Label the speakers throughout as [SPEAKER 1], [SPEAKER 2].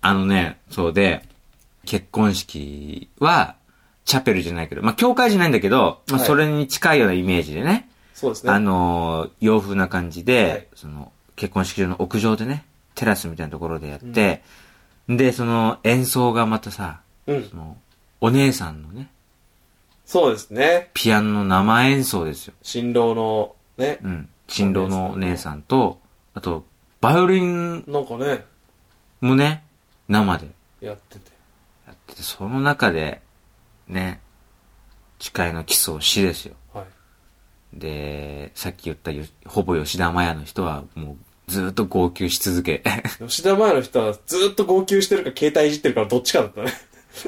[SPEAKER 1] あのね、そうで、結婚式は、チャペルじゃないけど、まあ、教会じゃないんだけど、まあ、
[SPEAKER 2] はい
[SPEAKER 1] それに近いようなイメージでね、
[SPEAKER 2] そうですね。
[SPEAKER 1] あのー洋風な感じで、
[SPEAKER 2] はい
[SPEAKER 1] その、結婚式場の屋上でね、テラスみたいなところでやって、で、その、演奏がまたさ、
[SPEAKER 2] うん
[SPEAKER 1] そ。の、お姉さんのね、
[SPEAKER 2] そうですね。
[SPEAKER 1] ピアノの生演奏ですよ。
[SPEAKER 2] 新郎の、ね
[SPEAKER 1] う。ん。新郎のお姉さんと、あと、バイオリン
[SPEAKER 2] なんかね、
[SPEAKER 1] もね、生で
[SPEAKER 2] やってて。
[SPEAKER 1] やってて、その中で、ね、誓いのキスを死ですよ。
[SPEAKER 2] はい。
[SPEAKER 1] で、さっき言ったよほぼ吉田麻也の人は、もう、ずっと号泣し続け、
[SPEAKER 2] 吉田麻也の人はずっと号泣してるか携帯いじってるからどっちかだ ったね。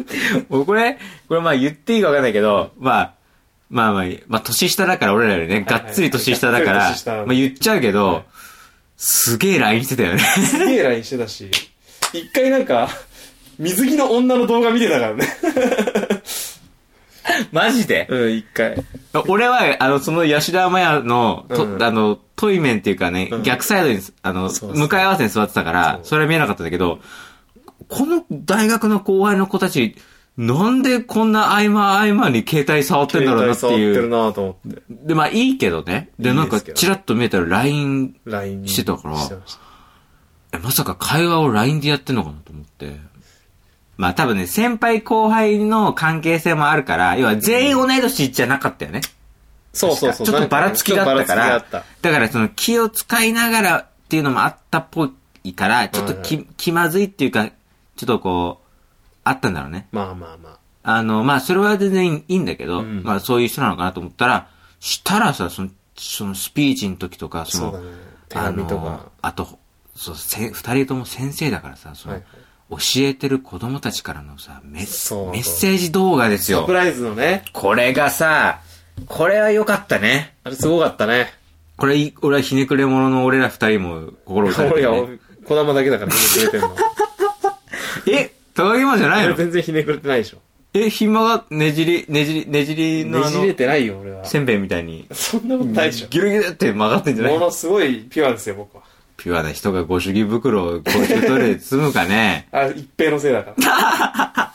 [SPEAKER 1] もうこれ、これまあ言っていいかわかんないけど、まあ、まあまあ、まあ年下だから、俺らよりね、が
[SPEAKER 2] はい
[SPEAKER 1] っつり年下だか
[SPEAKER 2] がっ
[SPEAKER 1] ら
[SPEAKER 2] つり年下、
[SPEAKER 1] まあ言っちゃうけ
[SPEAKER 2] は
[SPEAKER 1] ど
[SPEAKER 2] い、
[SPEAKER 1] すげえ LINE してたよね。
[SPEAKER 2] すげえ LINE してたし、一回なんか、水着の女の動画見てたか らね。
[SPEAKER 1] マジで
[SPEAKER 2] うん、一回。
[SPEAKER 1] 俺は、あの、その吉田麻也の、と、
[SPEAKER 2] うん
[SPEAKER 1] あの、トイメンっていうかね、
[SPEAKER 2] うん
[SPEAKER 1] 逆サイドに、あの、
[SPEAKER 2] そうそう
[SPEAKER 1] 向かい合わせに座ってたから
[SPEAKER 2] そ、う
[SPEAKER 1] それは見えなかったんだけど、この大学の後輩の子たち、なんでこんな合間合間に携帯触ってんだろうなって
[SPEAKER 2] 携
[SPEAKER 1] い
[SPEAKER 2] 帯触ってる
[SPEAKER 1] う。
[SPEAKER 2] なと思って。
[SPEAKER 1] で、まあいいけどね。で、
[SPEAKER 2] いいですけど
[SPEAKER 1] なんか、チラッと見えたら LINE、
[SPEAKER 2] LINE
[SPEAKER 1] してたから
[SPEAKER 2] してました
[SPEAKER 1] えまさか会話を LINE でやってんのかなと思って。まあ多分ね、先輩後輩の関係性もあるから、要は全員同い年じゃなかったよね。
[SPEAKER 2] そうそうそう。
[SPEAKER 1] ちょっとばらつきだったから、
[SPEAKER 2] なん
[SPEAKER 1] だ
[SPEAKER 2] ちょっとばらつきだっ
[SPEAKER 1] からその気を使いながらっていうのもあったっぽいから、ちょっとき、気まずいっていうか、ちょっとこう、あったんだろうね。
[SPEAKER 2] まあまあまあ。
[SPEAKER 1] あの、まあそれは全然いいんだけど、
[SPEAKER 2] うん
[SPEAKER 1] まあそういう人なのかなと思ったら、したらさ、その、そのスピーチの時とか、そ
[SPEAKER 2] そ
[SPEAKER 1] の、
[SPEAKER 2] うだね。手紙と
[SPEAKER 1] あ
[SPEAKER 2] か
[SPEAKER 1] の。あと、そう、せ二人とも先生だからさ、その、
[SPEAKER 2] はい
[SPEAKER 1] 教えてる子供たちからのさ、メ
[SPEAKER 2] そう
[SPEAKER 1] ッメッセージ動画です
[SPEAKER 2] サ
[SPEAKER 1] よ
[SPEAKER 2] プ。ライズのね。
[SPEAKER 1] これがさ、これは良かったね。
[SPEAKER 2] あれすごかったね。
[SPEAKER 1] これ、俺はひねくれ者の俺ら二人も心打 たれて
[SPEAKER 2] 俺
[SPEAKER 1] る、
[SPEAKER 2] が
[SPEAKER 1] ね。
[SPEAKER 2] 小玉だけだからひねく れてんの。
[SPEAKER 1] え、高木マンじゃない
[SPEAKER 2] 俺
[SPEAKER 1] の
[SPEAKER 2] 全然ひねくれてないでしょ。
[SPEAKER 1] え、暇がねじり、ねじり、ねじりの
[SPEAKER 2] ね
[SPEAKER 1] あ
[SPEAKER 2] じ
[SPEAKER 1] の、
[SPEAKER 2] れてないよ、俺は。
[SPEAKER 1] せんべいみたいに、
[SPEAKER 2] そんなことないでしょ。
[SPEAKER 1] ギュルギュルって曲がってんじゃな
[SPEAKER 2] も
[SPEAKER 1] い
[SPEAKER 2] のすごいピュアですよ、僕は。。
[SPEAKER 1] ピュアな人がご主義袋を公衆トイレで積むかね
[SPEAKER 2] あ、一平のせい だから。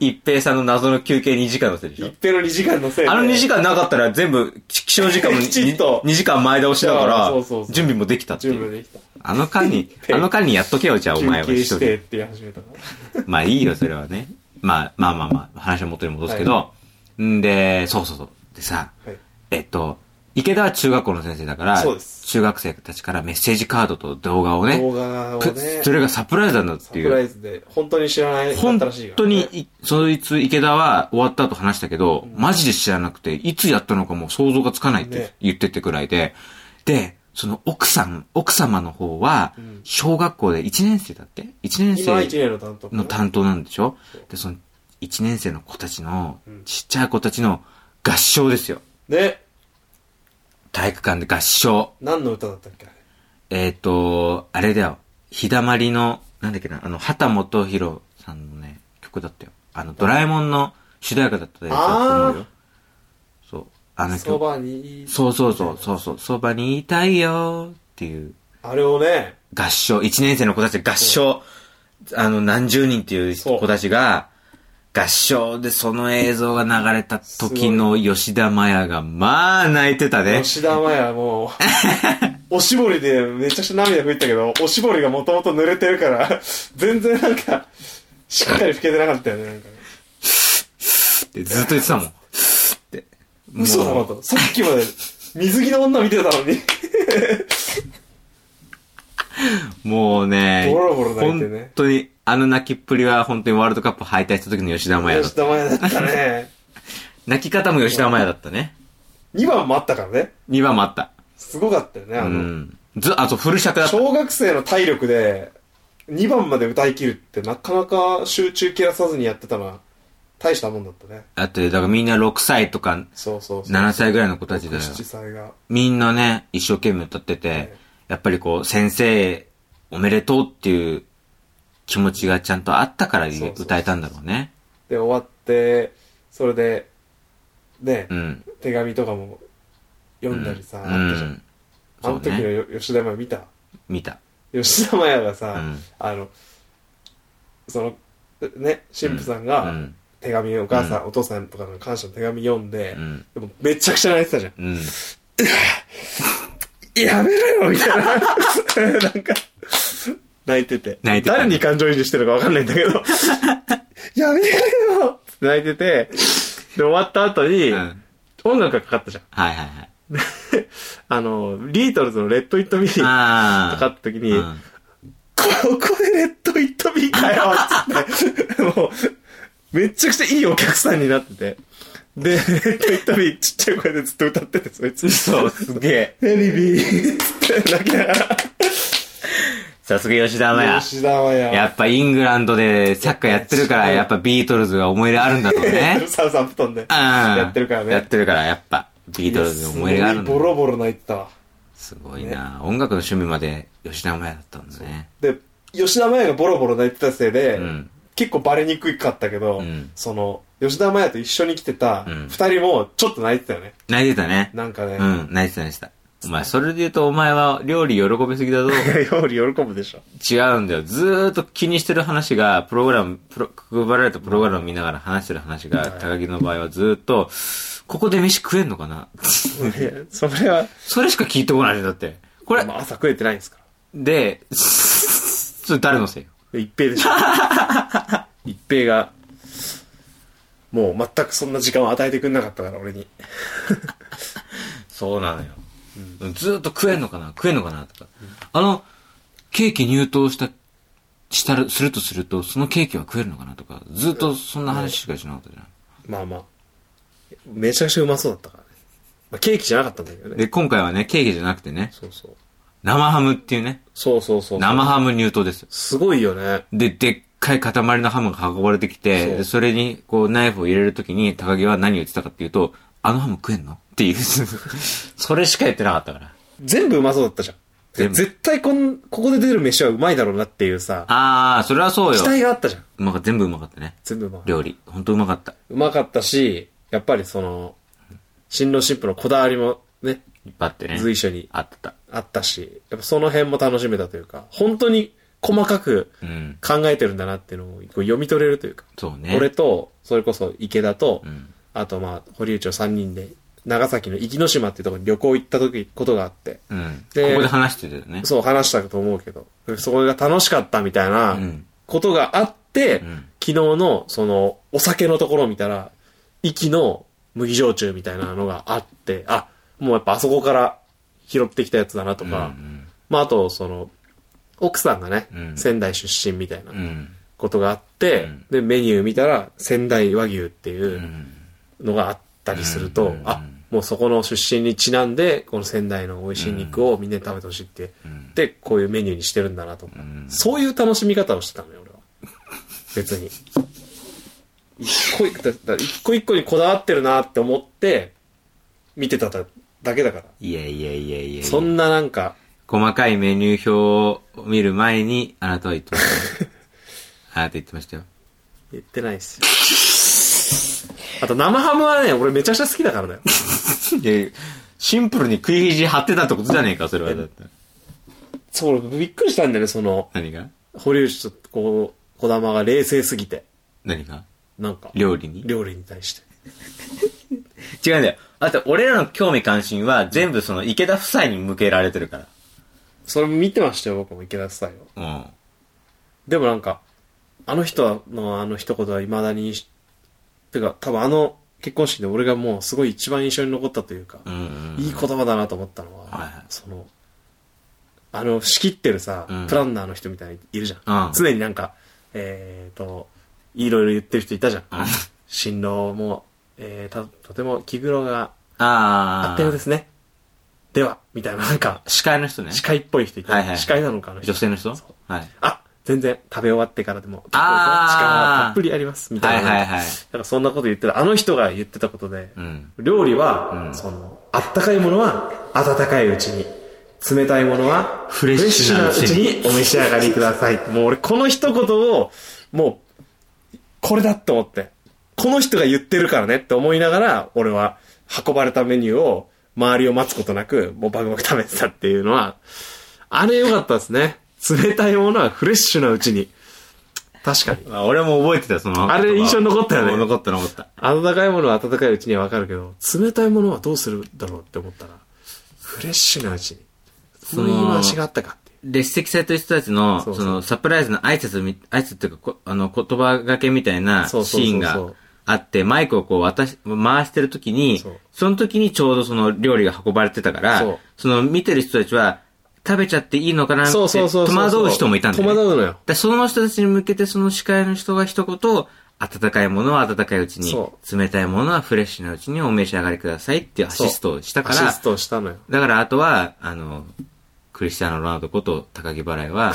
[SPEAKER 1] 一平さんの謎の休憩2時間のせいでしょ
[SPEAKER 2] 一。平の2時間のせいで。
[SPEAKER 1] あの2時間なかったら全部、起床時間も
[SPEAKER 2] きちっと
[SPEAKER 1] 2時間前倒しだか
[SPEAKER 2] そ
[SPEAKER 1] ら
[SPEAKER 2] うそうそ、う
[SPEAKER 1] 準備もできたって
[SPEAKER 2] 準
[SPEAKER 1] い
[SPEAKER 2] 備
[SPEAKER 1] う。
[SPEAKER 2] できた。
[SPEAKER 1] あの間に、あの間にやっとけよ、じゃあお
[SPEAKER 2] 休
[SPEAKER 1] 前は
[SPEAKER 2] 憩
[SPEAKER 1] 一人
[SPEAKER 2] し
[SPEAKER 1] で
[SPEAKER 2] てって言い始めたから。
[SPEAKER 1] まあいいよ、それはね。まあ、まあまあまあ、話を元に戻すけど。んで、そうそうそう。でさ、
[SPEAKER 2] はい。
[SPEAKER 1] えっと、池田は中学校の先生だから
[SPEAKER 2] そうで、す
[SPEAKER 1] 中学生たちからメッセージカードと動画をね、
[SPEAKER 2] 動画を
[SPEAKER 1] ぷ
[SPEAKER 2] ね、
[SPEAKER 1] そ
[SPEAKER 2] サ
[SPEAKER 1] れがサプライズなんだってい
[SPEAKER 2] プラ
[SPEAKER 1] う。
[SPEAKER 2] イズで、本当に知らない、
[SPEAKER 1] 本
[SPEAKER 2] 新しいから
[SPEAKER 1] 当に、いそいつ池田は終わった後話したけど、マジで知らなくて、いつやったのかもう想像がつかないって
[SPEAKER 2] ね
[SPEAKER 1] 言っててくらいで、で、その奥さん、奥様の方は
[SPEAKER 2] うん、
[SPEAKER 1] 小学校で1年生だって ?1 年
[SPEAKER 2] 今
[SPEAKER 1] 生。
[SPEAKER 2] 1年の担当。
[SPEAKER 1] の担当なんでしょで、その、1年生の子たちの
[SPEAKER 2] うん、
[SPEAKER 1] ちっちゃい子たちの合唱ですよ。
[SPEAKER 2] ね、
[SPEAKER 1] 体育館で合唱。
[SPEAKER 2] 何の歌だったっけあれ
[SPEAKER 1] えっ、と、あれだよ。日だまりの、なんだっけな、あの、畑元博さんのね、曲だったよ。あの、ドラえもんの主題歌だったやつだと思うよ。そう。あの
[SPEAKER 2] そ
[SPEAKER 1] 曲。
[SPEAKER 2] ばにいい
[SPEAKER 1] そうそうそう、そうそう、そばにいたいよっていう。
[SPEAKER 2] あれをね、
[SPEAKER 1] 合唱、一年生の子たちが合唱、あの、何十人っていう子たちが、合唱でその映像が流れた時の吉田麻也が、まあ泣いてたね。
[SPEAKER 2] 吉田麻也も う、おしぼりでめちゃくちゃ涙拭いたけど、おしぼりがもともと濡れてるから、全然なんか、しっかり拭けてなかったよね、なんかね。
[SPEAKER 1] ってずっと言ってたもん。って。もう
[SPEAKER 2] 嘘だろと。さっきまで水着の女見てたのに。
[SPEAKER 1] もうね、
[SPEAKER 2] ボロボロ泣いてね
[SPEAKER 1] 本当に、あの泣きっぷりは本当にワールドカップ敗退した時の吉田麻也だっ
[SPEAKER 2] 吉
[SPEAKER 1] た。
[SPEAKER 2] 田麻也だったね。
[SPEAKER 1] 泣き方も吉田麻也だったね。
[SPEAKER 2] 2番もあったからね。
[SPEAKER 1] 2番もあった。
[SPEAKER 2] すごかったよね、あ
[SPEAKER 1] う
[SPEAKER 2] の、
[SPEAKER 1] ん。ず、あとフル尺だった。
[SPEAKER 2] 小学生の体力で、2番まで歌い切るってなかなか集中切らさずにやってたのは、大したもんだったね。
[SPEAKER 1] あと、だからみんな6歳とか、
[SPEAKER 2] そうそうそう。
[SPEAKER 1] 7歳ぐらいの子たちだよ。
[SPEAKER 2] 7歳が。
[SPEAKER 1] みんなね、一生懸命歌ってて、やっぱりこう、先生、おめでとうっていう気持ちがちゃんとあったから
[SPEAKER 2] そうそう
[SPEAKER 1] 歌えたんだろうね。
[SPEAKER 2] で、終わって、それで、ね、
[SPEAKER 1] うん。
[SPEAKER 2] 手紙とかも読んだりさ、
[SPEAKER 1] う
[SPEAKER 2] あったじゃん。
[SPEAKER 1] ん。
[SPEAKER 2] あ
[SPEAKER 1] そ
[SPEAKER 2] の
[SPEAKER 1] う
[SPEAKER 2] 時の
[SPEAKER 1] ね。
[SPEAKER 2] よ吉田麻也見た。
[SPEAKER 1] 見た。
[SPEAKER 2] 吉田麻也がさ、
[SPEAKER 1] うん
[SPEAKER 2] あの、その、ね、神父さん
[SPEAKER 1] う
[SPEAKER 2] が、
[SPEAKER 1] ん。
[SPEAKER 2] 手紙を、お母さん、お父さんとかの感謝の手紙読んで
[SPEAKER 1] う、ん。
[SPEAKER 2] でもめちゃくちゃ泣いてたじゃん。
[SPEAKER 1] うん。
[SPEAKER 2] やめろよみたい な。なんか、泣いてて。
[SPEAKER 1] 泣いてた
[SPEAKER 2] 誰に感情移入してるかわかんないんだけ ど、やめろよって泣いてて、で、終わった後に、
[SPEAKER 1] うん
[SPEAKER 2] 音楽がかかったじゃん。
[SPEAKER 1] はいはいはい。
[SPEAKER 2] あの、ビートルズのレッド・イット・ビーか
[SPEAKER 1] ああ。
[SPEAKER 2] かった時に、
[SPEAKER 1] うん
[SPEAKER 2] ここでレッド・イット・ビーかよっつって、 もう、めちゃくちゃいいお客さんになってて。で、レッド・イット・ビーちっちゃい声でずっと歌ってて、そいつ。
[SPEAKER 1] そう、すげえ。
[SPEAKER 2] ヘリビーっつって泣きながら。
[SPEAKER 1] さすが吉田麻也。
[SPEAKER 2] 吉田麻也。。
[SPEAKER 1] やっぱイングランドでサッカーやってるから、やっぱビートルズが思い入れあるんだろうね
[SPEAKER 2] サウサンプトンで。
[SPEAKER 1] うん。や
[SPEAKER 2] ってるからね
[SPEAKER 1] やってるから、やっぱ、ビートルズの思い入れがあるんだ
[SPEAKER 2] ボロボロ泣いてたわ。
[SPEAKER 1] すごいな。音楽の趣味まで吉田麻也だったんだね。
[SPEAKER 2] で、吉田麻也がボロボロ泣いてたせいで、
[SPEAKER 1] うん
[SPEAKER 2] 結構バレにくかったけど、
[SPEAKER 1] うん
[SPEAKER 2] その、吉田麻也と一緒に来てた
[SPEAKER 1] うん
[SPEAKER 2] 二人もちょっと泣いてたよね。
[SPEAKER 1] 泣いてたね。
[SPEAKER 2] なんかね、
[SPEAKER 1] うん、泣いてた泣いてた。お前、それで言うとお前は料理喜びすぎだぞ。
[SPEAKER 2] 料理喜ぶでしょ。
[SPEAKER 1] 違うんだよ。ずーっと気にしてる話が、プログラム、プロ、配られたプログラムを見ながら話してる話が、高木の場合はずーっと、ここで飯食えんのかな
[SPEAKER 2] いや、それは、
[SPEAKER 1] それしか聞いてこないんだって。これ、
[SPEAKER 2] まあ朝食えてないんですか
[SPEAKER 1] で、 それ誰のせいよ。
[SPEAKER 2] ら。一平で しょ。一平が、もう全くそんな時間を与えてくれなかったから、俺に。
[SPEAKER 1] そうなのよ。ずーっと食えんのかな食えんのかなとか。あの、ケーキ入刀した、したる、するとすると、そのケーキは食えるのかなとか、ずーっとそんな話しかしなかったじゃん。
[SPEAKER 2] まあまあ。めちゃくちゃうまそうだったからね。まあケーキじゃなかったんだけどね。
[SPEAKER 1] で、今回はね、ケーキじゃなくてね、
[SPEAKER 2] そうそう。
[SPEAKER 1] 生ハムっていうね、
[SPEAKER 2] そうそうそう。
[SPEAKER 1] 生ハム入刀ですよ。
[SPEAKER 2] すごいよね。
[SPEAKER 1] で、でっかい塊のハムが運ばれてきて、
[SPEAKER 2] そう
[SPEAKER 1] でそれに、こう、ナイフを入れるときに、高木は何を言ってたかっていうと、あのハム食えんのっていう。 それしか言ってなかったから。
[SPEAKER 2] 全部うまそうだったじゃん。
[SPEAKER 1] 全部
[SPEAKER 2] 絶対こん、ここで出る飯はうまいだろうなっていうさ、
[SPEAKER 1] あー、それはそうよ
[SPEAKER 2] 期。待があったじゃん。
[SPEAKER 1] うまかった。全部うまかったね。
[SPEAKER 2] 全部うまい。
[SPEAKER 1] 料理。ほんとうまかった。
[SPEAKER 2] うまかったし、やっぱりその、新郎新婦のこだわりもね、
[SPEAKER 1] いっぱいあってね。
[SPEAKER 2] 随所に
[SPEAKER 1] あった。
[SPEAKER 2] あったし、やっぱその辺も楽しめたというか、本当に細かく
[SPEAKER 1] うん。
[SPEAKER 2] 考えてるんだなっていうのをこう読み取れるというか、
[SPEAKER 1] そうね。
[SPEAKER 2] 俺と、それこそ池田と、
[SPEAKER 1] うん。
[SPEAKER 2] あとまあ、堀内の3人で、長崎の壱岐島っていうところに旅行行った時、ことがあって、
[SPEAKER 1] うん。
[SPEAKER 2] で
[SPEAKER 1] ここで話してたよね。
[SPEAKER 2] そう話したと思うけど、そこが楽しかったみたいな
[SPEAKER 1] うん
[SPEAKER 2] ことがあって、
[SPEAKER 1] ん
[SPEAKER 2] 昨日のそのお酒のところを見たら、息の麦焼酎みたいなのがあって、あ、もうやっぱあそこから拾ってきたやつだなと
[SPEAKER 1] うんう
[SPEAKER 2] か、
[SPEAKER 1] ん。
[SPEAKER 2] まああとその、奥さんがね、
[SPEAKER 1] うん
[SPEAKER 2] 仙台出身みたいな
[SPEAKER 1] うん。
[SPEAKER 2] ことがあって、
[SPEAKER 1] うん。
[SPEAKER 2] で、メニュー見たら仙台和牛っていううんのがあったりすると、
[SPEAKER 1] うん
[SPEAKER 2] あ、もうそこの出身にちなんで、この仙台の美味しい肉をみんなに食べてほしいって、
[SPEAKER 1] うん。
[SPEAKER 2] で、こういうメニューにしてるんだなとか、
[SPEAKER 1] ん
[SPEAKER 2] そういう楽しみ方をしてたのよ、俺は。別に。一個一個だだ一個一個にこだわってるなって思って、見てただだけだから。
[SPEAKER 1] いやいやいやいやいや。
[SPEAKER 2] そんななんか、
[SPEAKER 1] 細かいメニュー表を見る前に、あなたは言ってましたよ。あなた言ってました よ。
[SPEAKER 2] 言ってないっすよ。あと生ハムはね、俺めちゃくちゃ好きだからだよ。
[SPEAKER 1] で、シンプルに食い肘張ってたってことじゃねえか、それは。だって
[SPEAKER 2] そう、俺びっくりしたんだよね、その、
[SPEAKER 1] 何が
[SPEAKER 2] 堀内とこう、小玉が冷静すぎて。
[SPEAKER 1] 何が
[SPEAKER 2] なんか、
[SPEAKER 1] 料理に
[SPEAKER 2] 料理に対して。
[SPEAKER 1] 違うんだよ。あと、俺らの興味関心は全部その池田夫妻に向けられてるか
[SPEAKER 2] それ見てましたよ、僕も池田夫妻を。
[SPEAKER 1] ら。うん。
[SPEAKER 2] でもなんか、あの人のあの一言は未だに、てか多分あの結婚式で俺がもうすごい一番印象に残ったというか、
[SPEAKER 1] うんうん
[SPEAKER 2] いい言葉だなと思ったのは、
[SPEAKER 1] はいはい
[SPEAKER 2] その、あの仕切ってるさ、
[SPEAKER 1] うん
[SPEAKER 2] プランナーの人みたいにいるじゃん。
[SPEAKER 1] うん
[SPEAKER 2] 常になんか、えっ、と、いろいろ言ってる人いたじゃん。
[SPEAKER 1] うん。あ
[SPEAKER 2] 新郎も、えー、た、とても気苦労が
[SPEAKER 1] あー。
[SPEAKER 2] あったようですね。では、みたいななんか、
[SPEAKER 1] 司会の人ね。
[SPEAKER 2] 司会っぽい人いた。
[SPEAKER 1] はいはい
[SPEAKER 2] 司会なのかあの人
[SPEAKER 1] 女性の人
[SPEAKER 2] そう
[SPEAKER 1] はい。
[SPEAKER 2] あ、全然食べ終わってからでも、結構時間
[SPEAKER 1] あー
[SPEAKER 2] はたっぷりあります、みた
[SPEAKER 1] はいい
[SPEAKER 2] な。
[SPEAKER 1] はいはい。
[SPEAKER 2] なんかそんなこと言ってた。あの人が言ってたことで、
[SPEAKER 1] うん。
[SPEAKER 2] 料理は、
[SPEAKER 1] うん
[SPEAKER 2] その、あったかいものは温かいうちに、冷たいものは
[SPEAKER 1] フレッシュなうちに
[SPEAKER 2] フレッシュなうちにお召し上がりください。もう俺この一言を、もう、これだって思って。この人が言ってるからねって思いながら、俺は運ばれたメニューを、周りを待つことなく、もうバクバク食べてたっていうのは、あれ良かったですね。冷たいものはフレッシュなうちに。確かに。
[SPEAKER 1] あ俺も覚えてたよ、その。
[SPEAKER 2] あれ印象に残ったよね
[SPEAKER 1] うん残った残った。
[SPEAKER 2] 温かいものは温かいうちにはわかるけど、冷たいものはどうするだろうって思ったら、フレッシュな味に。そういう味があったかっていう。
[SPEAKER 1] 列席されてる人たちの、
[SPEAKER 2] そ
[SPEAKER 1] そう
[SPEAKER 2] そう
[SPEAKER 1] の、サプライズの挨拶み、挨拶っていうか、こあの、言葉がけみたいなシ
[SPEAKER 2] そうそうそうそう
[SPEAKER 1] ーンがあって、マイクをこう渡し、回してる時に
[SPEAKER 2] そう、
[SPEAKER 1] その時にちょうどその料理が運ばれてたか
[SPEAKER 2] そう
[SPEAKER 1] ら、その見てる人たちは、食べちゃっていいのかなって、
[SPEAKER 2] そうそうそうそう。
[SPEAKER 1] 戸惑う人もいたんだよね
[SPEAKER 2] 戸惑うのよ。
[SPEAKER 1] で、その人たちに向けてその司会の人が一言、温かいものは温かいうちに
[SPEAKER 2] そ、
[SPEAKER 1] 冷たいものはフレッシュなうちにお召し上がりくださいっていうアシストをしたか
[SPEAKER 2] そうア
[SPEAKER 1] ら
[SPEAKER 2] シス、トをしたのよ。
[SPEAKER 1] だからあとは、あの、クリスティアーノ・ロナウドこと高木払い は、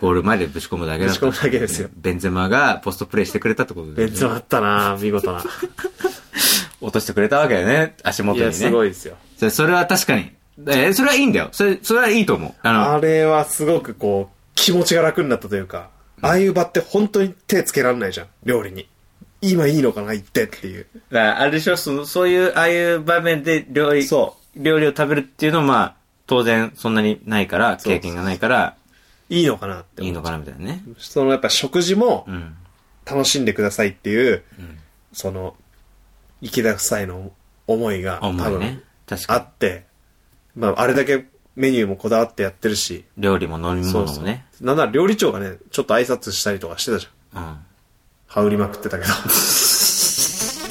[SPEAKER 1] ゴール前でぶち込むだけだった
[SPEAKER 2] ぶち込むだけですよ
[SPEAKER 1] ベンゼマがポストプレイしてくれたってことで、
[SPEAKER 2] ベンツもあったな見事な。
[SPEAKER 1] 落としてくれたわけだよね、足元
[SPEAKER 2] い
[SPEAKER 1] にね。
[SPEAKER 2] や、すごいですよ。
[SPEAKER 1] それそれは確かに。え、それはいいんだよ。それ、それはいいと思う。あの、
[SPEAKER 2] あれはすごくこう、気持ちが楽になったというか、ああいう場って本当に手つけられないじゃん、料理に。今いいのかな、言ってっていう。
[SPEAKER 1] だからあれでしょそのそういう、ああいう場面で料理、
[SPEAKER 2] そ
[SPEAKER 1] 料理を食べるっていうのは、まあ、当然そんなにないから、
[SPEAKER 2] そう
[SPEAKER 1] 経験がないから、
[SPEAKER 2] いいのかなっ
[SPEAKER 1] い
[SPEAKER 2] て思
[SPEAKER 1] いうのかなみたいなね。
[SPEAKER 2] そのやっぱ食事も
[SPEAKER 1] うん。
[SPEAKER 2] 楽しんでくださいっていう、
[SPEAKER 1] ん
[SPEAKER 2] その、池田夫妻の思いが多
[SPEAKER 1] 思うね
[SPEAKER 2] 分。
[SPEAKER 1] 確
[SPEAKER 2] あ
[SPEAKER 1] かに。
[SPEAKER 2] って、まああれだけメニューもこだわってやってるし、
[SPEAKER 1] 料理も飲み
[SPEAKER 2] そ
[SPEAKER 1] 物
[SPEAKER 2] う
[SPEAKER 1] も
[SPEAKER 2] そう。
[SPEAKER 1] ね。
[SPEAKER 2] なんなら料理長がね、ちょっと挨拶したりとかしてたじゃん。
[SPEAKER 1] うん。
[SPEAKER 2] 羽織りまくってたけど。
[SPEAKER 1] です、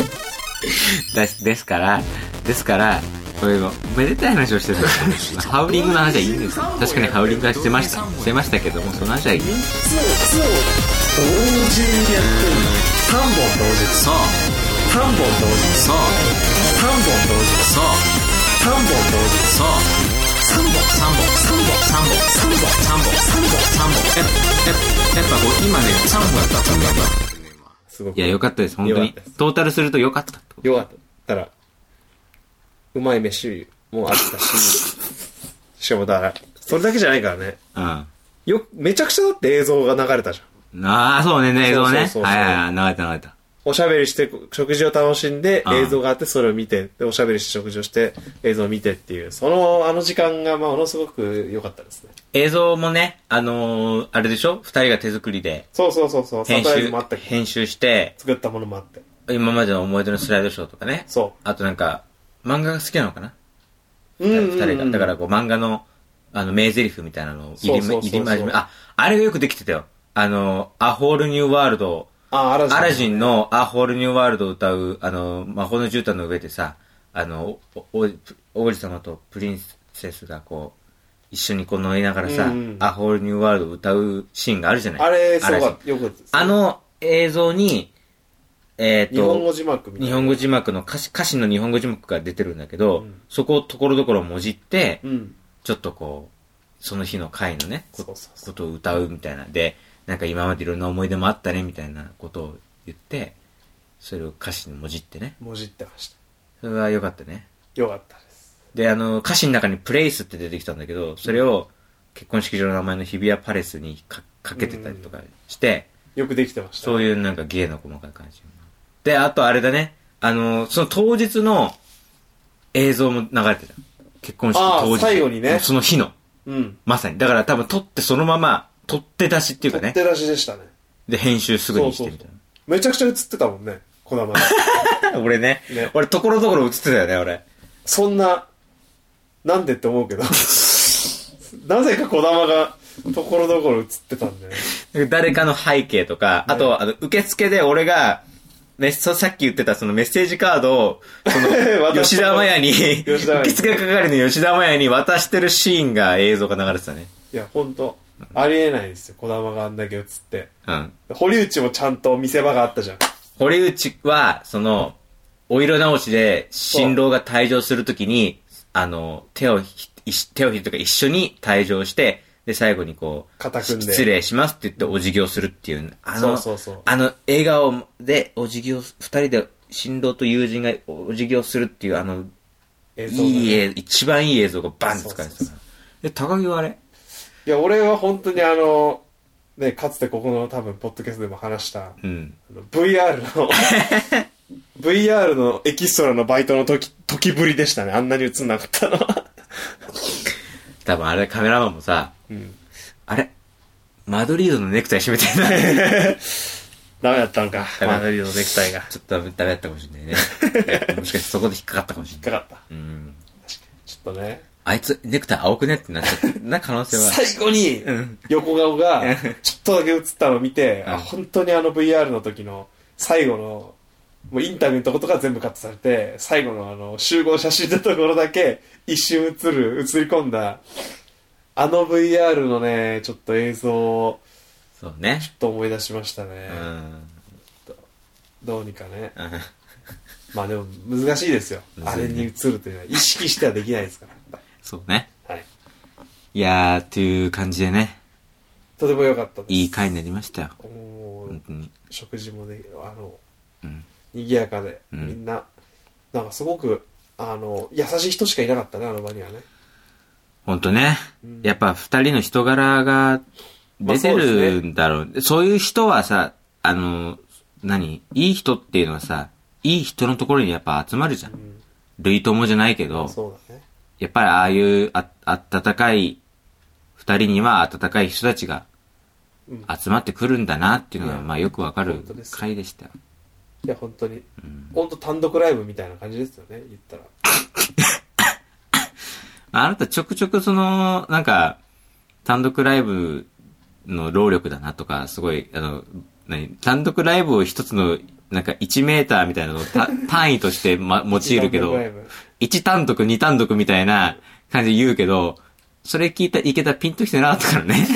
[SPEAKER 1] ですから、ですから、そういうの、めでたい話をしてるんですよ。ハウリングの話はいいんですよ。確かにハウリングはしてました。してましたけども、その話はいい。
[SPEAKER 2] つを、つを、同時にやってるの。3本同時。
[SPEAKER 1] そう、
[SPEAKER 2] 3本同時。
[SPEAKER 1] そう、
[SPEAKER 2] 3本同時。
[SPEAKER 1] そう、
[SPEAKER 2] 3本同時。
[SPEAKER 1] そう。三本、三本、三本、三本、三本、三本、三本、三本。やっぱ、やっぱ、こう、今ね、三本だった、三本だっ
[SPEAKER 2] すご
[SPEAKER 1] いや、
[SPEAKER 2] く。
[SPEAKER 1] 良かったです、本当
[SPEAKER 2] よかっ
[SPEAKER 1] に
[SPEAKER 2] たです。
[SPEAKER 1] トータルすると良かったってこと。
[SPEAKER 2] よかった。だから、うまい飯もあっ たし、しかもだから、それだけじゃないからね。
[SPEAKER 1] うん。
[SPEAKER 2] よ、めちゃくちゃだって映像が流れたじゃん。
[SPEAKER 1] ああ、そうね、ね映像ね。
[SPEAKER 2] そうそうそうそう
[SPEAKER 1] はいはいはい、流れた流れた。
[SPEAKER 2] おしゃべりして、食事を楽しんで
[SPEAKER 1] う、ん
[SPEAKER 2] 映像があって、それを見て、で、おしゃべりして食事をして、映像を見てっていう、その、あの時間が、まあ、ものすごく良かったですね。
[SPEAKER 1] 映像もね、あのー、あれでしょ二人が手作りで、
[SPEAKER 2] そうそうそうそう、サ
[SPEAKER 1] 編
[SPEAKER 2] プライズ
[SPEAKER 1] 集
[SPEAKER 2] もあった、けど、
[SPEAKER 1] 編集して、
[SPEAKER 2] 作ったものもあって。
[SPEAKER 1] 今までの思い出のスライドショーとかね。
[SPEAKER 2] そ
[SPEAKER 1] あとなんか、漫画が好きなのかな
[SPEAKER 2] う。う
[SPEAKER 1] 二、
[SPEAKER 2] んうんうん
[SPEAKER 1] 人が。だからこう漫画の、あの、名台詞みたいなのを入り
[SPEAKER 2] そうそうそうそ
[SPEAKER 1] 入
[SPEAKER 2] う
[SPEAKER 1] りまじめ。あ、あれがよくできてたよ。あの、アホールニューワールド、
[SPEAKER 2] あ、アラジン。
[SPEAKER 1] アラジンのアホールニューワールドを歌う、あの、魔法の絨毯の上でさ、あの、おお王子様とプリンセスがこう、一緒にこう乗りながらさ、
[SPEAKER 2] うんうん
[SPEAKER 1] アホールニューワールドを歌うシーンがあるじゃない
[SPEAKER 2] あれ、すご
[SPEAKER 1] 嵐
[SPEAKER 2] かった。よかったです。
[SPEAKER 1] あの映像に、えっ、と、
[SPEAKER 2] 日本語字幕みたい
[SPEAKER 1] 日
[SPEAKER 2] な。
[SPEAKER 1] 本語字幕の歌詞、歌詞の日本語字幕が出てるんだけど、
[SPEAKER 2] ん
[SPEAKER 1] そこをところどころもじって、
[SPEAKER 2] うん。
[SPEAKER 1] ちょっとこう、その日の回のね、こ
[SPEAKER 2] そうそうそ
[SPEAKER 1] こ
[SPEAKER 2] う
[SPEAKER 1] とを歌うみたいな。で、なんか今までいろんな思い出もあったね、みたいなことを言って、それを歌詞にもじってね。
[SPEAKER 2] もじってました。
[SPEAKER 1] それは良かったね。
[SPEAKER 2] よかったです。
[SPEAKER 1] で、あの、歌詞の中にプレイスって出てきたんだけど、それを結婚式場の名前の日比谷パレスにかかけてたりとかして、
[SPEAKER 2] よくできてました。
[SPEAKER 1] そういうなんか芸の細かい感じ。で、あとあれだね。あの、その当日の映像も流れてた。結婚式
[SPEAKER 2] あー
[SPEAKER 1] 当日。
[SPEAKER 2] 最後にね
[SPEAKER 1] その日の。
[SPEAKER 2] うん。
[SPEAKER 1] まさに。だから多分撮ってそのまま、撮って出しっていうか
[SPEAKER 2] 取っ
[SPEAKER 1] ね
[SPEAKER 2] 手。出しでしたね。
[SPEAKER 1] で、編集すぐにしてみたいな。
[SPEAKER 2] めちゃくちゃ映ってたもんね、こだまが。
[SPEAKER 1] 俺ね
[SPEAKER 2] ね
[SPEAKER 1] 俺ところどころ映ってたよね、俺。
[SPEAKER 2] そんな、なんでって思うけど。 なぜかこだまが、ところどころ映ってたんだよね。
[SPEAKER 1] 誰かの背景とか、あと、あの、受付で俺が、メッセさっき言ってたそのメッセージカードを、そ の、
[SPEAKER 2] 渡し
[SPEAKER 1] 吉
[SPEAKER 2] た
[SPEAKER 1] 田麻也に、
[SPEAKER 2] 吉田麻也
[SPEAKER 1] 受
[SPEAKER 2] に
[SPEAKER 1] 付係の吉田麻也に渡してるシーンが映像が流れてたね。
[SPEAKER 2] いや、ほんと、ありえないですよ、こだまがあんだけ映って。
[SPEAKER 1] うん。
[SPEAKER 2] 堀内もちゃんと見せ場があったじゃん。
[SPEAKER 1] 堀内は、その、お色直しで、新郎が退場するときに、あの、手をひ、一手を引くとか一緒に退場して、で、最後にこう、
[SPEAKER 2] 肩組んで
[SPEAKER 1] 失礼しますって言ってお辞儀をするっていう、あの、
[SPEAKER 2] そうそうそう
[SPEAKER 1] あの、笑顔でお辞儀を、二人で新郎と友人がお辞儀をするっていう、あの、
[SPEAKER 2] 映像がね
[SPEAKER 1] いい映、一番いい映像がバンって使われてた
[SPEAKER 2] そうそうそ
[SPEAKER 1] な。で、高木はあれ
[SPEAKER 2] いや、俺は本当にあの、ね、かつてここの多分、ポッドキャストでも話した、
[SPEAKER 1] うん。
[SPEAKER 2] あの VR の、VR のエキストラのバイトの時、時ぶりでしたね。あんなに映んなかったのは。
[SPEAKER 1] 多分あれカメラマンもさ、
[SPEAKER 2] うん。
[SPEAKER 1] あれマドリードのネクタイ締めてるな。
[SPEAKER 2] ダメだったのか。
[SPEAKER 1] ダメ
[SPEAKER 2] マドリードのネクタイが。
[SPEAKER 1] ちょっとダメダメだったかもし れないね。もしかしてそこで引っかかったかもしれ
[SPEAKER 2] 引
[SPEAKER 1] ない。
[SPEAKER 2] っかかっ
[SPEAKER 1] うん。
[SPEAKER 2] た。ちょっとね。
[SPEAKER 1] あいつ、ネクタイ青くねってなっちゃった。な可能性は。
[SPEAKER 2] 最後に、横顔が、ちょっとだけ映ったのを見て、
[SPEAKER 1] うん
[SPEAKER 2] あ本当にあの VR の時の、最後の、もうインタビューのとことか全部カットされて、最後のあの、集合写真のところだけ、一瞬映る、映り込んだ、あの VR のね、ちょっと映像を、
[SPEAKER 1] そうね。
[SPEAKER 2] ちょっと思い出しましたね
[SPEAKER 1] う。ん。
[SPEAKER 2] どうにかね。
[SPEAKER 1] うん
[SPEAKER 2] まあでも、難しいですよ。
[SPEAKER 1] むずい
[SPEAKER 2] あ
[SPEAKER 1] ね
[SPEAKER 2] れに映るというのは、意識してはできないですから。
[SPEAKER 1] そうね。
[SPEAKER 2] はい。
[SPEAKER 1] いやー、という感じでね、
[SPEAKER 2] とても良かったです。
[SPEAKER 1] いい回になりましたよ。
[SPEAKER 2] もう
[SPEAKER 1] 本当に。
[SPEAKER 2] 食事もねあの
[SPEAKER 1] うん。
[SPEAKER 2] 賑やかで、
[SPEAKER 1] うん
[SPEAKER 2] みんななんかすごくあの優しい人しかいなかったねあの場にはね
[SPEAKER 1] ほんとね
[SPEAKER 2] うん。
[SPEAKER 1] やっぱ二人の人柄が出
[SPEAKER 2] まあ
[SPEAKER 1] て
[SPEAKER 2] そうです
[SPEAKER 1] るんだろう。そういう人はさ、あの、何いい人っていうのはさ、いい人のところにやっぱ集まるじゃん。類友じゃないけど、
[SPEAKER 2] そうだね
[SPEAKER 1] やっぱりああいうあ、温かい、二人には温かい人たちが
[SPEAKER 2] うん
[SPEAKER 1] 集まってくるんだなっていうの
[SPEAKER 2] い
[SPEAKER 1] が、
[SPEAKER 2] や
[SPEAKER 1] まあよくわかる
[SPEAKER 2] 本当です
[SPEAKER 1] 回でしたよ。
[SPEAKER 2] いや本当に
[SPEAKER 1] うん
[SPEAKER 2] 本当単独ライブみたいな感じですよね言ったら
[SPEAKER 1] まああなたちょくちょくその、なんか、単独ライブの労力だなとか、すごい、あの、何、単独ライブを一つの、なんか1メーターみたいなのをた 単位として、ま、用いるけ
[SPEAKER 2] 単独
[SPEAKER 1] ど
[SPEAKER 2] ラ、イブ
[SPEAKER 1] 1単独、2単独みたいな感じで言うけど、それ聞いた、いけたらピンときてなかったからね。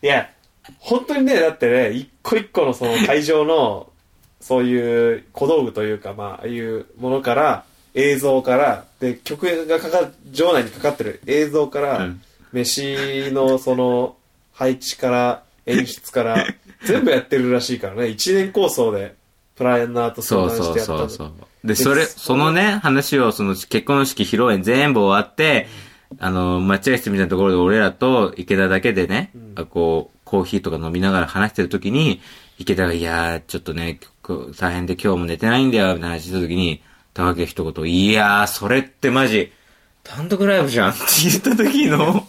[SPEAKER 2] いや本当にねだってね一個一個のその会場のそういう小道具というかまあああいうものから映像からで曲がかか場内にかかってる映像から、
[SPEAKER 1] うん
[SPEAKER 2] 飯のその配置から演出 から全部やってるらしいからね一年構想でプライナーと
[SPEAKER 1] そ
[SPEAKER 2] 相
[SPEAKER 1] う
[SPEAKER 2] 談し
[SPEAKER 1] そう
[SPEAKER 2] てやった
[SPEAKER 1] そうそ
[SPEAKER 2] の
[SPEAKER 1] う。で、それ、そのね、話を、その、結婚式披露宴全部終わって、あの、待合室みたいなところで俺らと池田だけでね、
[SPEAKER 2] うん
[SPEAKER 1] こう、コーヒーとか飲みながら話してる時に、池田が、いやー、ちょっとね、こう大変で今日も寝てないんだよ、みたいな話した時に、高木が一言、いやー、それってマジ、単独ライブじゃんって言った時 の、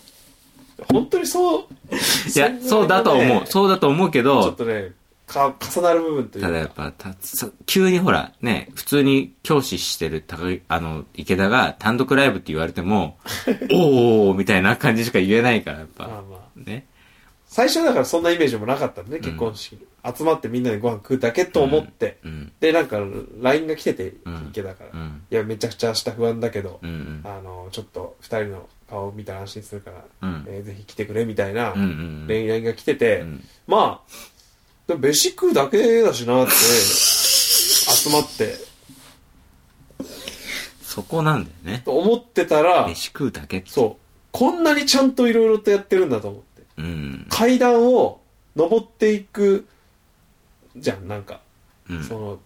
[SPEAKER 2] 本当にそう
[SPEAKER 1] いや、そうだと思う。
[SPEAKER 2] う
[SPEAKER 1] そうだと思うけど、
[SPEAKER 2] ちょっとねか重なる部分という
[SPEAKER 1] ただや
[SPEAKER 2] か
[SPEAKER 1] っぱ、たさ急にほら、ね、普通に教師してる高木あの、池田が単独ライブって言われて も、おーみたいな感じしか言えないから、やっ
[SPEAKER 2] まあ
[SPEAKER 1] ぱ、
[SPEAKER 2] まあ
[SPEAKER 1] ね。
[SPEAKER 2] 最初はだからそんなイメージもなかったんでね、結婚式に集まってみんなでご飯食うだけと思って、
[SPEAKER 1] うん、
[SPEAKER 2] でなんか LINE が来てて
[SPEAKER 1] うん
[SPEAKER 2] 池田から、
[SPEAKER 1] う
[SPEAKER 2] い
[SPEAKER 1] ん、
[SPEAKER 2] やめちゃくちゃ明日不安だけど、
[SPEAKER 1] うん、うん、
[SPEAKER 2] あのちょっと2人の顔を見たら安心するから、
[SPEAKER 1] うん
[SPEAKER 2] えーぜひ来てくれみたいな
[SPEAKER 1] うん、うん、
[SPEAKER 2] 恋愛が来てて、
[SPEAKER 1] うん
[SPEAKER 2] まあでも飯食うだけだしなって集まって
[SPEAKER 1] そこなんだよね。
[SPEAKER 2] と思ってたら
[SPEAKER 1] 飯食うだけ。
[SPEAKER 2] そうこんなにちゃんといろいろとやってるんだと思って
[SPEAKER 1] うん、
[SPEAKER 2] 階段を登っていくじゃんなんか、
[SPEAKER 1] うん。
[SPEAKER 2] そ
[SPEAKER 1] は
[SPEAKER 2] の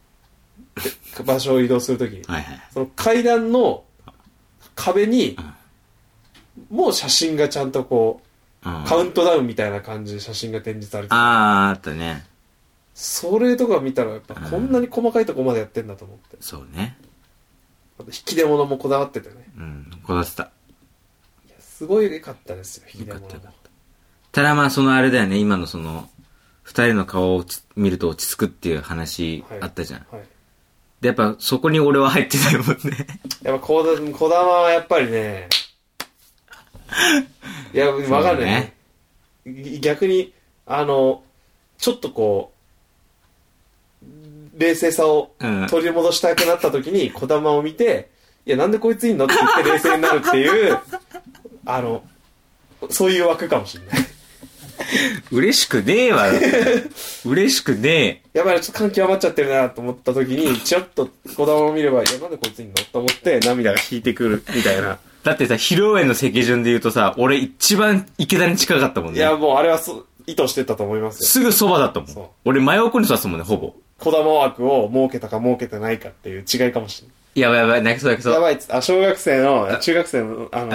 [SPEAKER 2] で場所を移動するときに、
[SPEAKER 1] いはい。
[SPEAKER 2] その階段の壁に
[SPEAKER 1] うん
[SPEAKER 2] もう写真がちゃんとこうカ
[SPEAKER 1] あ
[SPEAKER 2] ウントダウンみたいな感じで写真が展示されてて
[SPEAKER 1] あー、あとね、
[SPEAKER 2] それとか見たらやっぱ
[SPEAKER 1] うん
[SPEAKER 2] こんなに細かいとこまでやってんだと思って
[SPEAKER 1] そうね。
[SPEAKER 2] あと引き出物もこだわっててね
[SPEAKER 1] うん、こだわってた。
[SPEAKER 2] いやすごい良かったですよ引き出
[SPEAKER 1] よか
[SPEAKER 2] 物
[SPEAKER 1] ったよか
[SPEAKER 2] も
[SPEAKER 1] った。ただまあ、そのあれだよね、今のその、二人の顔をち見ると落ち着くっていう話あったじゃん。
[SPEAKER 2] はい
[SPEAKER 1] で、やっぱそこに俺は入ってないもんね。
[SPEAKER 2] やっぱこだこだまはやっぱりねいや分かるねぎ逆にあのちょっとこう冷静さを
[SPEAKER 1] うん。
[SPEAKER 2] 取り戻したくなった時に、こだまを見て、いや、なんでこいついんのって言って冷静になるっ ていう、あの、そういう枠かもしれない。
[SPEAKER 1] 嬉しくねえ わ。嬉しくね
[SPEAKER 2] やばい、ちょっと感極まっちゃってるなと思った時に、ちょっとこだまを見れば、いや、なんでこいついんのと思って、涙が引いてくるみたいな。
[SPEAKER 1] え。だってさ、披露宴の席順で言うとさ、俺一番池田に近かったもん
[SPEAKER 2] い
[SPEAKER 1] ね。
[SPEAKER 2] や、もうあれはそう意図してたと思いますよ。
[SPEAKER 1] すぐそばだったも。
[SPEAKER 2] そうん
[SPEAKER 1] 俺真横に座ってたもんね、ほぼ。
[SPEAKER 2] こだま枠を設けたか設けてないかっていう違いかもしれない。
[SPEAKER 1] やばいやばい、泣きそう泣きそ
[SPEAKER 2] や
[SPEAKER 1] う。
[SPEAKER 2] ばいっつってあ、小学生の、中学生の、あの、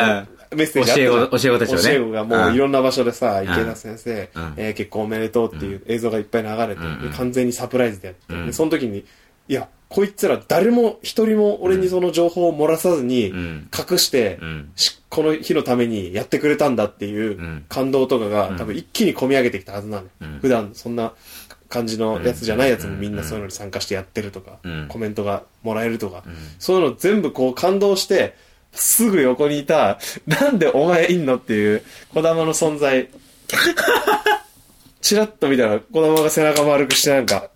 [SPEAKER 2] メッセージあったじゃん
[SPEAKER 1] 教え子教え子たちをね
[SPEAKER 2] 教え子がも
[SPEAKER 1] う
[SPEAKER 2] うんいろんな場所でさ、
[SPEAKER 1] ん
[SPEAKER 2] 池田先生、
[SPEAKER 1] うん
[SPEAKER 2] えー結婚おめでとうっていう映像がいっぱい流れて、
[SPEAKER 1] うん
[SPEAKER 2] で完全にサプライズでやって、
[SPEAKER 1] うん
[SPEAKER 2] でその時に、いや、こいつら誰も一人も俺にその情報を漏らさずに
[SPEAKER 1] うん
[SPEAKER 2] 隠して、
[SPEAKER 1] うん。
[SPEAKER 2] しこの日のためにやってくれたんだっていうん感動とかが、
[SPEAKER 1] ん
[SPEAKER 2] 多分一気に込み上げてきたはずなんで、
[SPEAKER 1] うん
[SPEAKER 2] 普段そんな感じのやつじゃないやつもみん
[SPEAKER 1] うん
[SPEAKER 2] なそういうのに参加してやってるとか、
[SPEAKER 1] うん
[SPEAKER 2] コメントがもらえるとか、そういうの全部こう感動して、すぐ横にいた、 なんでお前いんのっていう、児玉の存在。 チラッと見たら、児玉が背中丸くしてなんか、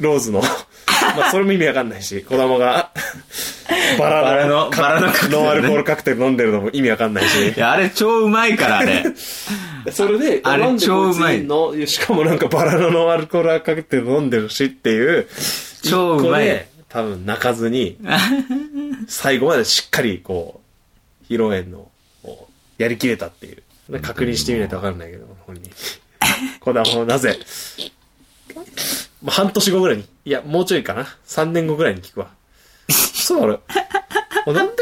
[SPEAKER 2] ローズの、 まあそれも意味わかんないし、児玉が、 バ
[SPEAKER 1] バラ
[SPEAKER 2] ラの
[SPEAKER 1] の、バラのカクテルね
[SPEAKER 2] ノンアルコールカクテル飲んでるのも 意味わかんないし
[SPEAKER 1] い、や、あれ超うまいから、あ れ。
[SPEAKER 2] それで、
[SPEAKER 1] あれ
[SPEAKER 2] なんでこつ
[SPEAKER 1] 超うまい
[SPEAKER 2] いんのしかもなんかバラのノンアルコールカクテル飲んでるしっていう、
[SPEAKER 1] 超うまい
[SPEAKER 2] 一個で多分泣かずに、最後までしっかりこう、披露宴の、こうやりきれたっていう。で確認してみないとわかんないけど、本人。こだもなぜ、まあ、半年後ぐらいに、いや、もうちょいかな。3年後ぐらいに聞くわ。そうあれ。あなんで、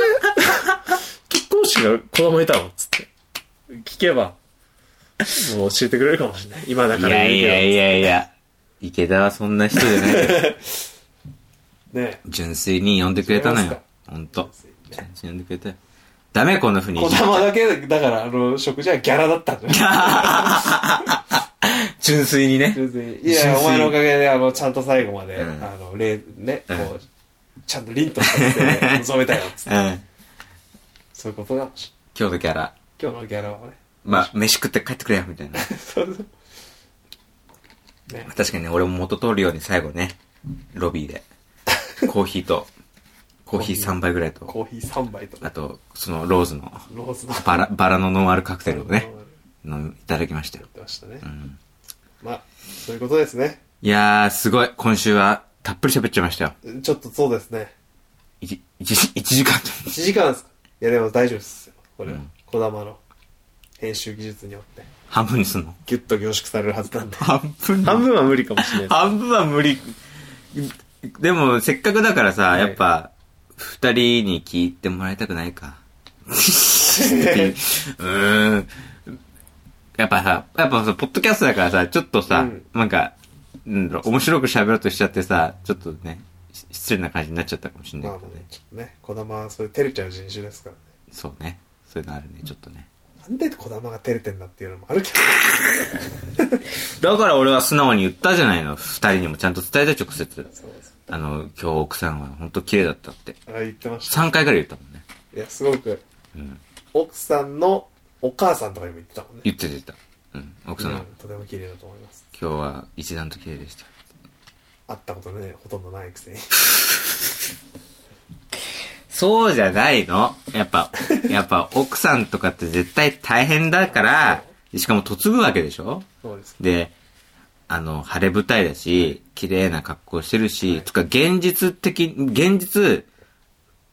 [SPEAKER 2] 結婚式が子供いたのつって。聞けば、もう教えてくれるかもしれない。今だ
[SPEAKER 1] い
[SPEAKER 2] から
[SPEAKER 1] やいやい
[SPEAKER 2] や。
[SPEAKER 1] やいや。池田はそんな人じゃないから。
[SPEAKER 2] ね
[SPEAKER 1] 純粋に呼んでくれたの
[SPEAKER 2] 違います
[SPEAKER 1] よ
[SPEAKER 2] か。
[SPEAKER 1] ほんと。純粋に呼んでくれたよ。ダメこんな風に
[SPEAKER 2] 子
[SPEAKER 1] いじっちゃ
[SPEAKER 2] 供だけ、だから、あの、食事はギャラだったんだよ。
[SPEAKER 1] 純粋にね。
[SPEAKER 2] 別にいや、お前のおかげで、あの、ちゃんと最後まで、
[SPEAKER 1] うん
[SPEAKER 2] あの、礼、ね、こ
[SPEAKER 1] ん
[SPEAKER 2] う、ちゃんと凛として、臨めたよ、つっ
[SPEAKER 1] う
[SPEAKER 2] て
[SPEAKER 1] ん。今
[SPEAKER 2] そういうことだもんし。
[SPEAKER 1] 日のキャラ。
[SPEAKER 2] 今日のギャラはね。
[SPEAKER 1] まあ、飯食って帰ってくれよ、みたいな。
[SPEAKER 2] そうそう。ね
[SPEAKER 1] まあ、確かにね、俺も元通るように最後ね、ロビーで、コーヒーと、コーヒー3杯ぐらいと、
[SPEAKER 2] コーヒー3杯と、
[SPEAKER 1] あと、そのローズの
[SPEAKER 2] ローズの。
[SPEAKER 1] バラ、バラのノンアルカクテルを
[SPEAKER 2] や
[SPEAKER 1] ね、飲みいただきましたよ
[SPEAKER 2] っ。てましたね
[SPEAKER 1] う。ん。
[SPEAKER 2] まあ、そういうことですね。
[SPEAKER 1] いやー、すごい。今週は、たっぷり喋っちゃいましたよ。
[SPEAKER 2] ちょっとそうですね。
[SPEAKER 1] 1、一時一時間。
[SPEAKER 2] 1時間ですかいや、でも大丈夫ですよ。これは
[SPEAKER 1] うん、
[SPEAKER 2] こだまの編集技術によって、
[SPEAKER 1] 半分にすんの
[SPEAKER 2] ギュッと凝縮されるはずなんで。
[SPEAKER 1] 半分
[SPEAKER 2] 半分は無理かもしれないです。
[SPEAKER 1] 半分は無理。でも、せっかくだからさ、
[SPEAKER 2] はい
[SPEAKER 1] やっぱ、二人に聞いてもらいたくない か。っていううーん。やっぱさ、やっぱさ、ポッドキャストだからさ、ちょっとさ、
[SPEAKER 2] うん
[SPEAKER 1] なんか、なんだろう、面白く喋ろうとしちゃってさ、ちょっとね、し失礼な感じになっちゃったかもしれない
[SPEAKER 2] まあ
[SPEAKER 1] けど
[SPEAKER 2] まあ
[SPEAKER 1] ね
[SPEAKER 2] ね。、ちょっとね、児玉はそれ照れちゃう人種ですからね。
[SPEAKER 1] そうね。そういうのあるね、ちょっとね。
[SPEAKER 2] なんで児玉が照れてんだっていうのもあるけど。
[SPEAKER 1] だから俺は素直に言ったじゃないの。二人にもちゃんと伝えた直接。
[SPEAKER 2] そうです。
[SPEAKER 1] あの、今日奥さんは本当綺麗だったって。
[SPEAKER 2] あ言ってました。
[SPEAKER 1] 三回ぐらい言ったもんね。
[SPEAKER 2] いや、すごく、
[SPEAKER 1] うん。
[SPEAKER 2] 奥さんのお母さんとかにも言ってたもんね。
[SPEAKER 1] 言ってた言ってた。うん。奥さん、
[SPEAKER 2] う
[SPEAKER 1] の
[SPEAKER 2] んとても綺麗だと思います。
[SPEAKER 1] 今日は一段と綺麗でした。
[SPEAKER 2] 会ったことね、ほとんどないくせに。
[SPEAKER 1] そうじゃないのやっ ぱ、やっぱ奥さんとかって絶対大変だから、しかも嫁ぐわけでしょ
[SPEAKER 2] そうです。
[SPEAKER 1] で、あの、晴れ舞台だし、綺麗な格好してるし、つか現実的、現実、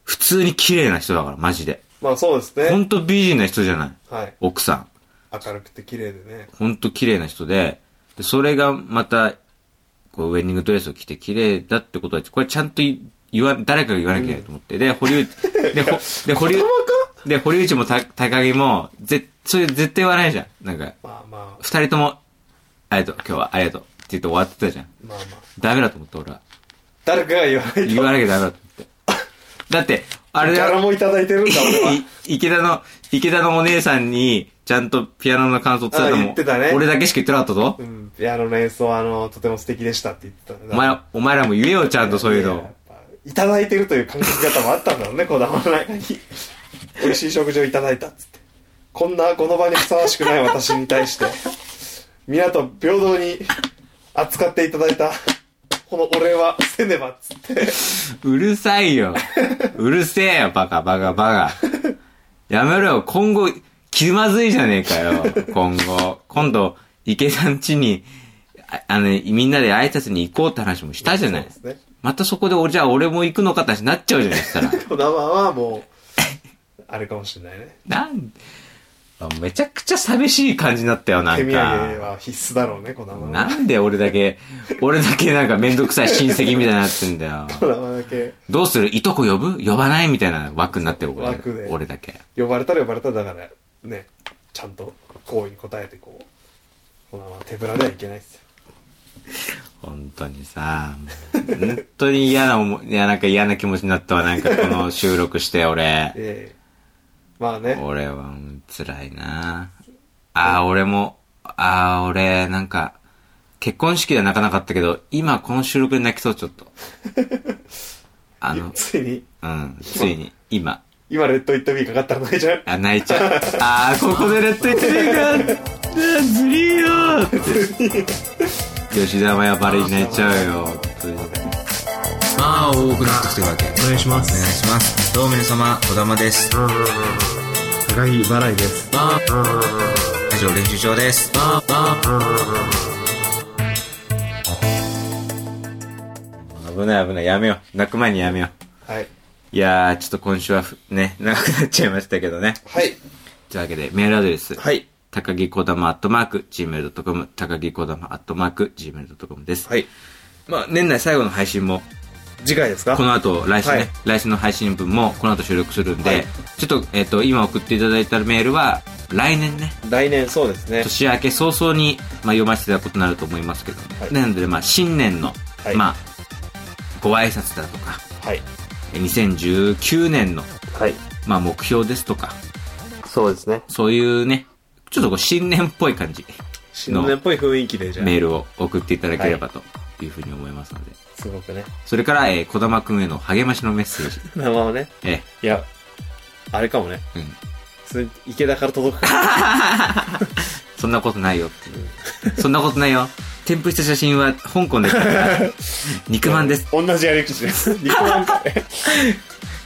[SPEAKER 1] 普通に綺麗な人だから、マジで。
[SPEAKER 2] まあそうです
[SPEAKER 1] ほ
[SPEAKER 2] ね。
[SPEAKER 1] んと美人な人じゃない
[SPEAKER 2] はい。
[SPEAKER 1] 奥さん。
[SPEAKER 2] 明るくて綺麗でね。
[SPEAKER 1] ほんと綺麗な人で、で、それがまた、こう、ウェディングドレスを着て綺麗だってことは、これちゃんとい言わ、誰かが言わなきゃいけないと思って。で、堀内、で、ほ、で、堀内、で、堀内もた高木も、ぜ、それ絶対言わないじゃん。なんか、
[SPEAKER 2] まあまあ、
[SPEAKER 1] 二人とも、ありがとう、今日はありがとうって言って終わってたじゃん。
[SPEAKER 2] まあまあ。
[SPEAKER 1] ダメだと思って、俺は。
[SPEAKER 2] 誰かが言わない
[SPEAKER 1] 言
[SPEAKER 2] と。
[SPEAKER 1] わなきゃダメだと思って。だって、あれだよ
[SPEAKER 2] 誰もいただいてるんだ、俺は。
[SPEAKER 1] い池田の、池田のお姉さんに、ちゃんとピアノの感想伝えたの
[SPEAKER 2] あ
[SPEAKER 1] も
[SPEAKER 2] 言ってたね
[SPEAKER 1] 俺だけしか言ってなかったぞ
[SPEAKER 2] う。ん。いや、あの演奏、あの、とても素敵でしたって言ってたんだ。
[SPEAKER 1] お前、お前らも言えよ、ちゃんとそういう
[SPEAKER 2] やや
[SPEAKER 1] の。
[SPEAKER 2] っぱいただいてるという感覚方もあったんだろうね、 こだまの中に。美味しい食事をいただいたっつって。こんなこの場にふさわしくない私に対して、皆と平等に扱っていただいた、このお礼はせねばっつって。
[SPEAKER 1] うるさい よ。うるせえよ、バカ、バカ、バカ。やめろよ、今後、気まずいじゃねえかよ、今後。今度、池田ん家に、ああの、みんなで挨拶に行こうって話もしたじゃない
[SPEAKER 2] そう。ですね。
[SPEAKER 1] またそこで、おじゃあ俺も行くのかって話になっちゃうじゃないですか。
[SPEAKER 2] こだまはもう、あれかもしれ ないね。
[SPEAKER 1] なんあめちゃくちゃ寂しい感じになったよ、な
[SPEAKER 2] 手
[SPEAKER 1] ん
[SPEAKER 2] 土産
[SPEAKER 1] か。
[SPEAKER 2] は必須だろうね、こだまは。
[SPEAKER 1] なんで俺だけ、俺だけなんかめんどくさい親戚みたいになってんだよ。
[SPEAKER 2] こだまだけ、
[SPEAKER 1] どうするいとこ呼ぶ呼ばないみたいな枠になってる俺
[SPEAKER 2] 枠で
[SPEAKER 1] 俺だけ。
[SPEAKER 2] 呼ばれたら呼ばれたらだから、ね、ちゃんと行為に応えてこう、こだまは手ぶらではいけないですよ。
[SPEAKER 1] 本当にさ、もう本当に嫌な思い、いや、なんか嫌な気持ちになったわ。なんかこの収録して俺。
[SPEAKER 2] えまあね。
[SPEAKER 1] 俺は、うん辛いなああ、俺も、ああ、俺、なんか、結婚式では泣かなかったけど、今この収録で泣きそう、ちょっと。あの、
[SPEAKER 2] ついに、
[SPEAKER 1] うん、ついに、今。
[SPEAKER 2] 今、レッド・イット・ビーかかったら泣いちゃう。
[SPEAKER 1] あ、泣いちゃう。ああ、ここでレッドイットビーが、うんずりーよー って。吉田麻也バレに泣いちゃうよ、本当に。
[SPEAKER 3] まあ多くなってきてるわけ
[SPEAKER 4] お
[SPEAKER 3] お
[SPEAKER 4] 願いしま
[SPEAKER 3] 願い
[SPEAKER 4] す。
[SPEAKER 3] しますどうも皆様小玉です
[SPEAKER 4] 高木払いです。
[SPEAKER 3] 以上練習場です
[SPEAKER 1] 危ない危ない、やめよう。泣く前にやめよう。
[SPEAKER 2] はい。
[SPEAKER 1] いやー、ちょっと今週はふね、長くなっちゃいましたけどね。
[SPEAKER 2] はい。
[SPEAKER 1] というわけで、メールアドレス。
[SPEAKER 2] はい。
[SPEAKER 1] 高木こだまアットマーク、gmail.com、高木こだまアットマーク、gmail.com です。
[SPEAKER 2] はい。
[SPEAKER 1] まあ、年内最後の配信も、
[SPEAKER 2] 次回ですか
[SPEAKER 1] この後、来週ね、
[SPEAKER 2] はい
[SPEAKER 1] 来週の配信分も、この後収録するんで、
[SPEAKER 2] はい
[SPEAKER 1] ちょっと、えっ、と、今送っていただいたメールは、来年ね、
[SPEAKER 2] 来年、そうですね。
[SPEAKER 1] 年明け早々に、まあ、読ませていただくことになると思いますけど、
[SPEAKER 2] はい
[SPEAKER 1] なので、まあ、新年の、
[SPEAKER 2] はい
[SPEAKER 1] まあ、ご挨拶だとか、
[SPEAKER 2] はい。
[SPEAKER 1] え2019年の、
[SPEAKER 2] はい。
[SPEAKER 1] まあ、目標ですとか、
[SPEAKER 2] そうですね。
[SPEAKER 1] そういうね、ちょっとこう新年っぽい感じ
[SPEAKER 2] 新
[SPEAKER 1] の
[SPEAKER 2] 年っぽい雰囲気で、じゃあ。
[SPEAKER 1] メールを送っていただければというふうに思いますので。
[SPEAKER 2] すごくね。
[SPEAKER 1] それから、えー、小玉くんへの励ましのメッセージ。
[SPEAKER 2] 生をね。
[SPEAKER 1] え
[SPEAKER 2] いや、あれかもね。
[SPEAKER 1] うん
[SPEAKER 2] 普通に池田から届くか
[SPEAKER 1] そんなことないよっていう。そんなことないよ。 添付した写真は香港で買った。肉まんです。
[SPEAKER 2] 同じやり 口です。日本か。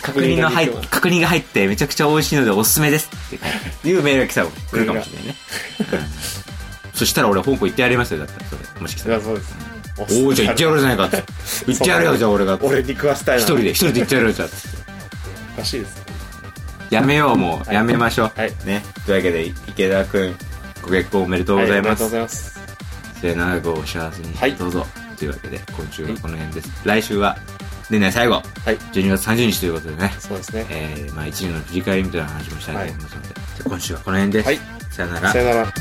[SPEAKER 1] 確認の入っ
[SPEAKER 2] 確認が
[SPEAKER 1] 確認が入
[SPEAKER 2] 入って
[SPEAKER 1] ってめちゃくちゃ美味しいのでおすすめですっていういうメールが来たら来るかもしれ ないね。うんそしたら俺香港行ってやりますよ、だったらそれ。もしかし
[SPEAKER 2] い
[SPEAKER 1] たら
[SPEAKER 2] や、。そうです。
[SPEAKER 1] おおじゃあ行ってやろうじゃないかって。行ってやるよ、じゃあ俺が。
[SPEAKER 2] 俺に食わせたいな。
[SPEAKER 1] 一人で、一人で行っちゃうよ、じゃあ。
[SPEAKER 2] おかしいです。
[SPEAKER 1] やめよう、もう。やめましょう。
[SPEAKER 2] はい
[SPEAKER 1] ね。というわけで、池田くん、ご結婚おめでとうござい
[SPEAKER 2] はありが
[SPEAKER 1] ま
[SPEAKER 2] とう
[SPEAKER 1] す。
[SPEAKER 2] ございます。
[SPEAKER 1] 末永くお幸せに、
[SPEAKER 2] はい
[SPEAKER 1] どうぞ。というわけで、今週はこの辺です。来週は、年内最後、
[SPEAKER 2] はい。
[SPEAKER 1] 12月30日ということでね、
[SPEAKER 2] そうですね。
[SPEAKER 1] えー、まあ、一年の振り返りみたいな話もしたいと思いますので、じゃあ今週はこの辺です。
[SPEAKER 2] はい
[SPEAKER 1] さよなら
[SPEAKER 2] さ。よなら。